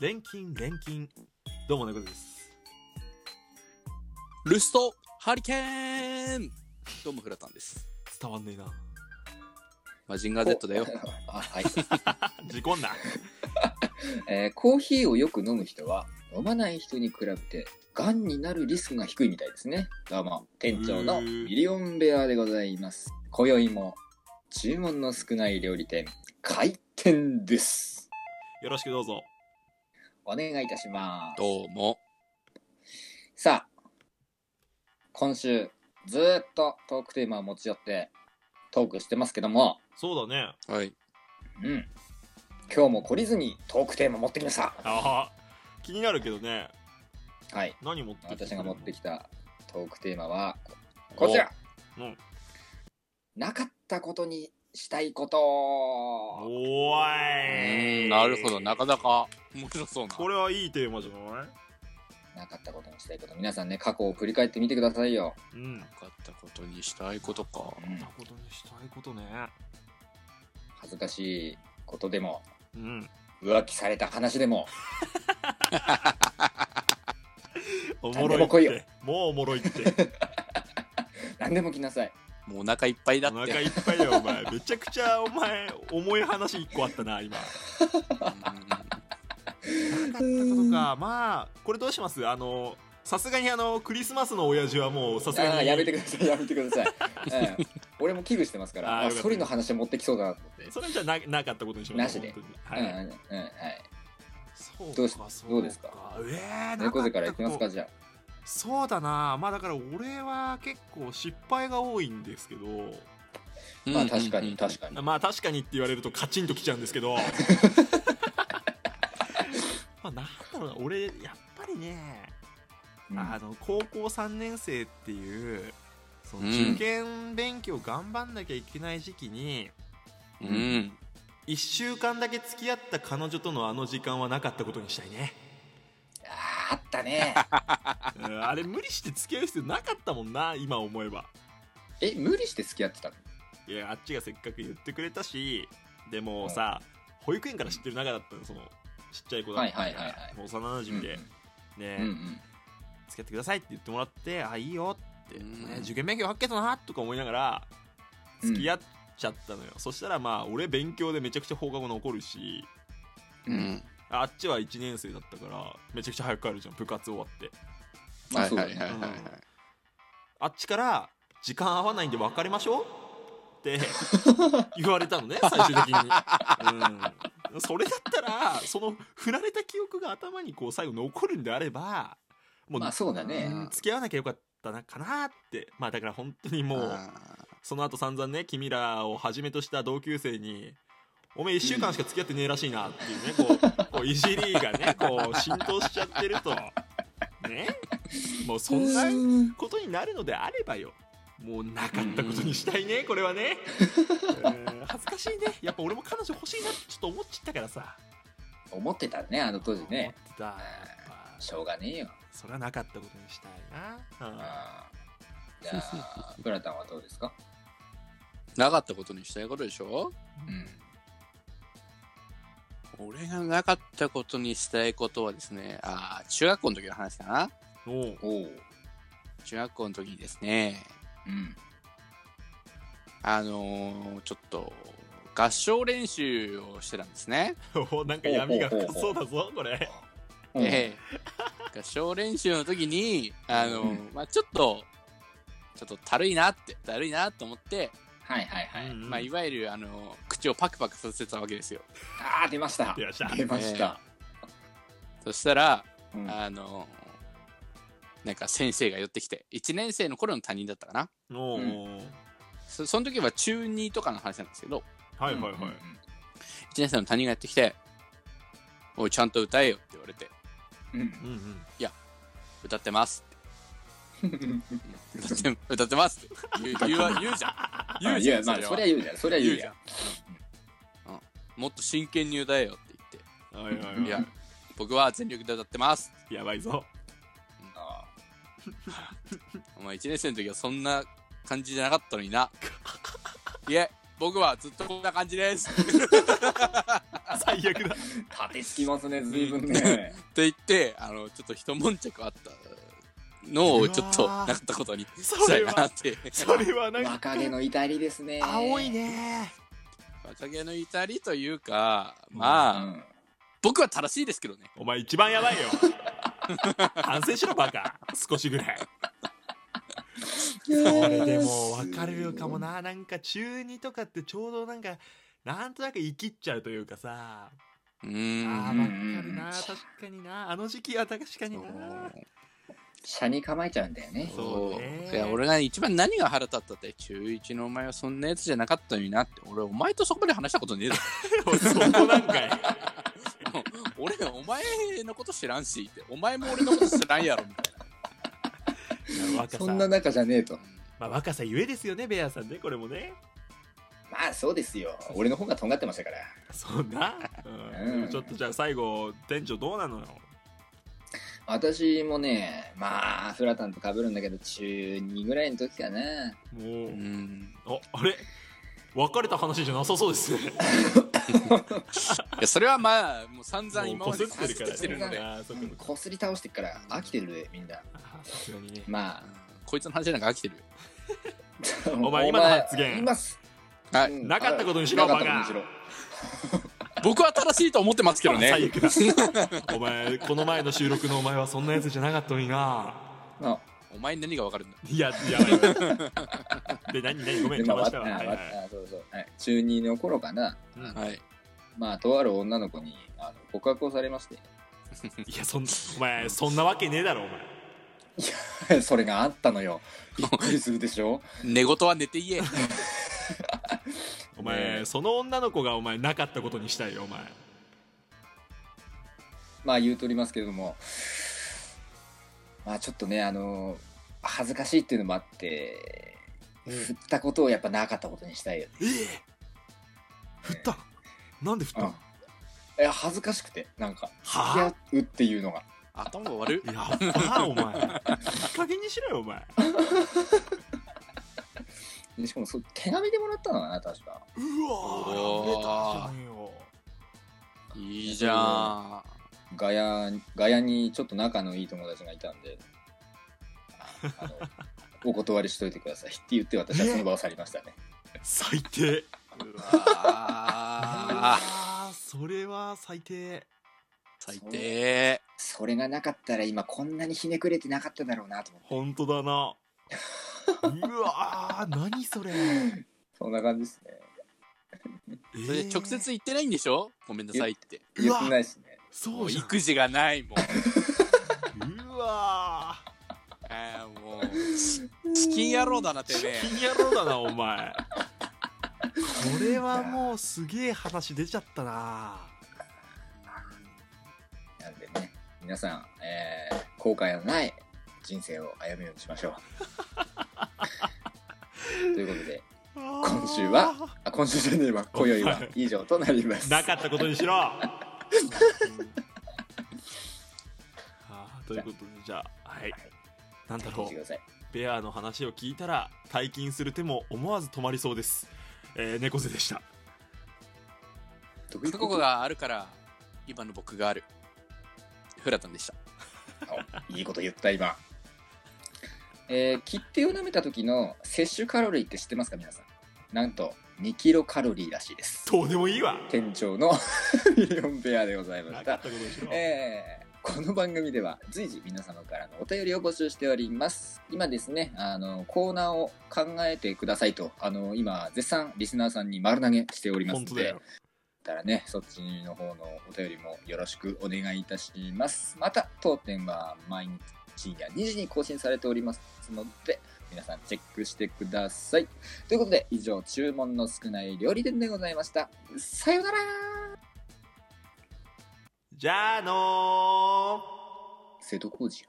錬金錬金どうも猫背ですルストハリケーンどうもフラタンです。伝わんねえなマジンガー Z だよ。。あ、はい。事故んなえーコーヒーをよく飲む人は、飲まない人に比べて、がんになるリスクが低いみたいですね。どうも、店長のミリオンベアでございます。今宵も、注文の少ない料理店、開店です。よろしくどうぞお願いいたします。どうも。さあ、今週、ずーっとトークテーマを持ち寄って、トークしてますけども、そうだねはい。うん。今日も懲りずにトークテーマ持ってきました。ああ気になるけどねはい。何持ってきて私が持ってきたトークテーマはこちら、おうんなかったことにしたいことおうーーいん、なるほど。なかなか面白そうな。これはいいテーマじゃないなかったことにしたいこと皆さんね過去を振り返ってみてくださいよ、うんなかったことにしたいことか。うんなことにしたいことね恥ずかしいことでもうん浮気された話でも おも何でも来ろいいっよてもうおもろい って何でも来なさいもうお腹いっぱいだおって。腹いっぱいだよお前めちゃくちゃお前重い話一個あったな今なかったことかまあこれどうしますあのさすがにあのクリスマスの親父はもうさすがああにやめてくださいやめてくださ い、ええ俺も危惧してますからあーあよかったソリの話持ってきそうだなと思って、それじゃななかったことにしましょうなしで本当はにいはうんい、うんはい、そうどうしかそうどうですかええ猫背からいきまなすかったことじゃそうだなまあだから俺は結構失敗が多いんですけどあ、まあ確かに確かに、まあ確かにって言われるとカチンときちゃうんですけ どまあなんだろうな俺やっぱりねうんあの高校3年生っていうそのうん受験勉強頑張んなきゃいけない時期に、に。うん。 1週間だけ付き合った彼女とのあの時間はなかったことにしたいねあーあった ねうんあれ無理して付き合う必要なかったもんな今思えばえ無理して付き合ってたのいやあっちがせっかく言ってくれたしでもさ、保育園から知ってる中だったのそのちっちゃい子だったから、はいはいはいはいもう幼馴染で、ね、うんうん付き合ってくださいって言ってもらってあいいよって、うんね受験勉強あっけどなとか思いながらうん付き合っちゃったのよ、そしたらまあ俺勉強でめちゃくちゃ放課後残るしううんん。あっちは1年生だったからめちゃくちゃ早く帰るじゃん部活終わってまはあいそうはだいねはいはいはい。あっちから時間合わないんで別れましょうって 言われたのね最終的に、うん、それだったらその振られた記憶が頭にこう最後残るんであればもう、まあそうだねうん付き合わなきゃよかったなかなってまあだから本当にもうあその後散々ね君らをはじめとした同級生に「おめえ1週間しか付き合ってねえらしいな」っていうねこうこういじりがねこう浸透しちゃってるとねもうそんなことになるのであればよもうなかったことにしたいねこれはねうん恥ずかしいねやっぱ俺も彼女欲しいなってちょっと思っちゃったからさ思ってたねあの当時思っねてたやっぱしょうがねえよそれはなかったことにしたいな、うんあーじゃあブラタンはどうですかーなかったことにしたいことでしょうん俺がなかったことにしたいことはですね、ああ、中学校の時の話かな。おうおう中学校の時にですね、うんあのーちょっと、合唱練習をしてたんですね。おうなんか闇が深そうだぞこれえで、合唱練習の時に、あのーまあちょっと、ちょっとたるいなって、だるいなと思って、はいはいはい、うんまあいわゆる、あのー口をパクパクさせてたわけですよ。ああ出ました出ました出ました、そしたら、うんあのーなんか先生が寄ってきて、1年生の頃の担任だったかな。おううそその時は中2とかの話なんですけど、はいはいはい、うんうん1年生の担任がやってきて、おい、ちゃんと歌えよって言われて、うん歌って ますって歌って歌ってますって言 う言うわ言うじゃん言あういじゃやんまあそりゃ言うじゃんそりゃ言うじゃんうんもっと真剣に歌えよって言っはいはいうんていや僕は全力で歌ってますやばいぞあお前1年生の時はそんな感じじゃなかったの にないえ僕はずっとこんな感じです最悪だ立てつきますね、随分ね。言って、あの、ちょっと一悶着あったのを、ちょっと、うわーなったことにしそたれいなはって。 それはなんか若気の至りですね。青い。ね若気の至りというか、うまあ、ん。僕は正しいですけどね。お前一番やばいよ反省しろバカ少しぐらいこれでも分かるかもななんか中2とかってちょうどなんかなんとなく言い切っちゃうというかさうあーーん。分かるな確かになあの時期は確かにな車に構えちゃうんだよね。そうねいや俺が一番何が腹立ったって中1のお前はそんなやつじゃなかったのになって俺お前とそこまで話したこと ねえだそこなん かいろ俺お前のこと知らんしってお前も俺のこと知らんやろみたい若そさんな中じゃねえと。まあ、若さゆえですよねベアさんねこれもねまあそうですよ。俺の方がとんがってましたから。そんな、うん、でもちょっとじゃあ最後店長どうなのよ私もね、まあ、フラタンと被るんだけど、中2ぐらいの時かな。もう、なうんああれ別れた話じゃなさそうですねいやそれはまあもう散々今もうまで擦ってるから擦ってるのであーそっかそっかこすり倒してっから飽きてるで、みんな。あーさすがにねまこいつの話なんか飽きてるよあ、 お前今の発言今す。はいうんなかったことにしろなかったことにしろ僕は正しいと思ってますけど最ね悪だお前この前の収録のお前はそんなやつじゃなかったのになあお前に何がわかるんだいややばいやばいで何何ごめんで来まあまわしたわあはいわはあそうそうはい中2の頃かな、うんはいまあ、とある女の子にあの告白をされましていいやそんお前そんなわけねえだろお前 それがあったのよびっくりするでしょ 寝言は寝て言えおね前えその女の子がお前なかったことにしたいよお前まあ言うとりますけれどもまあちょっとねあの恥ずかしいっていうのもあって、振ったことをやっぱなかったことにしたいよ、ええ振ったなんで振ったうんいや恥ずかしくてなんか付き合はうっていうのが頭が悪いあやっばお前いい加減にしろよお前でしかもそう手紙でもらったのかな確かうわーやめたじゃんよいいじゃんガヤガヤにちょっと仲のいい友達がいたんであのお断りしといてくださいって言って私はその場を去りましたね最低うわーあそれは最低最低それがなかったら今こんなにひねくれてなかっただろうなと思って本当だなうわー何それそんな感じですねそれで直接言ってないんでしょごめんなさいってう言わってないですねそもううじゃん育児がないもん うわあーもうチキン野郎だなってーチねキン野郎だなお前これはもうすげえ話出ちゃったななんでね皆さん、えー後悔のない人生を歩むようにし ましょうということで今週はあ今週じゃねえわ今宵は以上となりますなかったことにしろ あーということでじゃあはいなんだろ聞いてうくださいベアの話を聞いたら退勤する手も思わず止まりそうです、えー、猫背でしたどういう過こ去とがあるから今の僕があるフラタンでしたおいいこと言った今、えー切手を舐めた時の摂取カロリーって知ってますか皆さんなんと2キロカロリーらしいですどうでもいいわ店長の ミリオンペアでございまなしかったたことにしろ、 えーこの番組では随時皆様からのお便りを募集しております。今ですね、あの、コーナーを考えてくださいと、あの、今、絶賛リスナーさんに丸投げしております本の当で、だよよかったらね、そっちの方のお便りもよろしくお願いいたします。また、当店は毎日深夜2時に更新されておりますので、皆さんチェックしてください。ということで、以上、注文の少ない料理店でございました。さようならじゃあのー瀬戸康史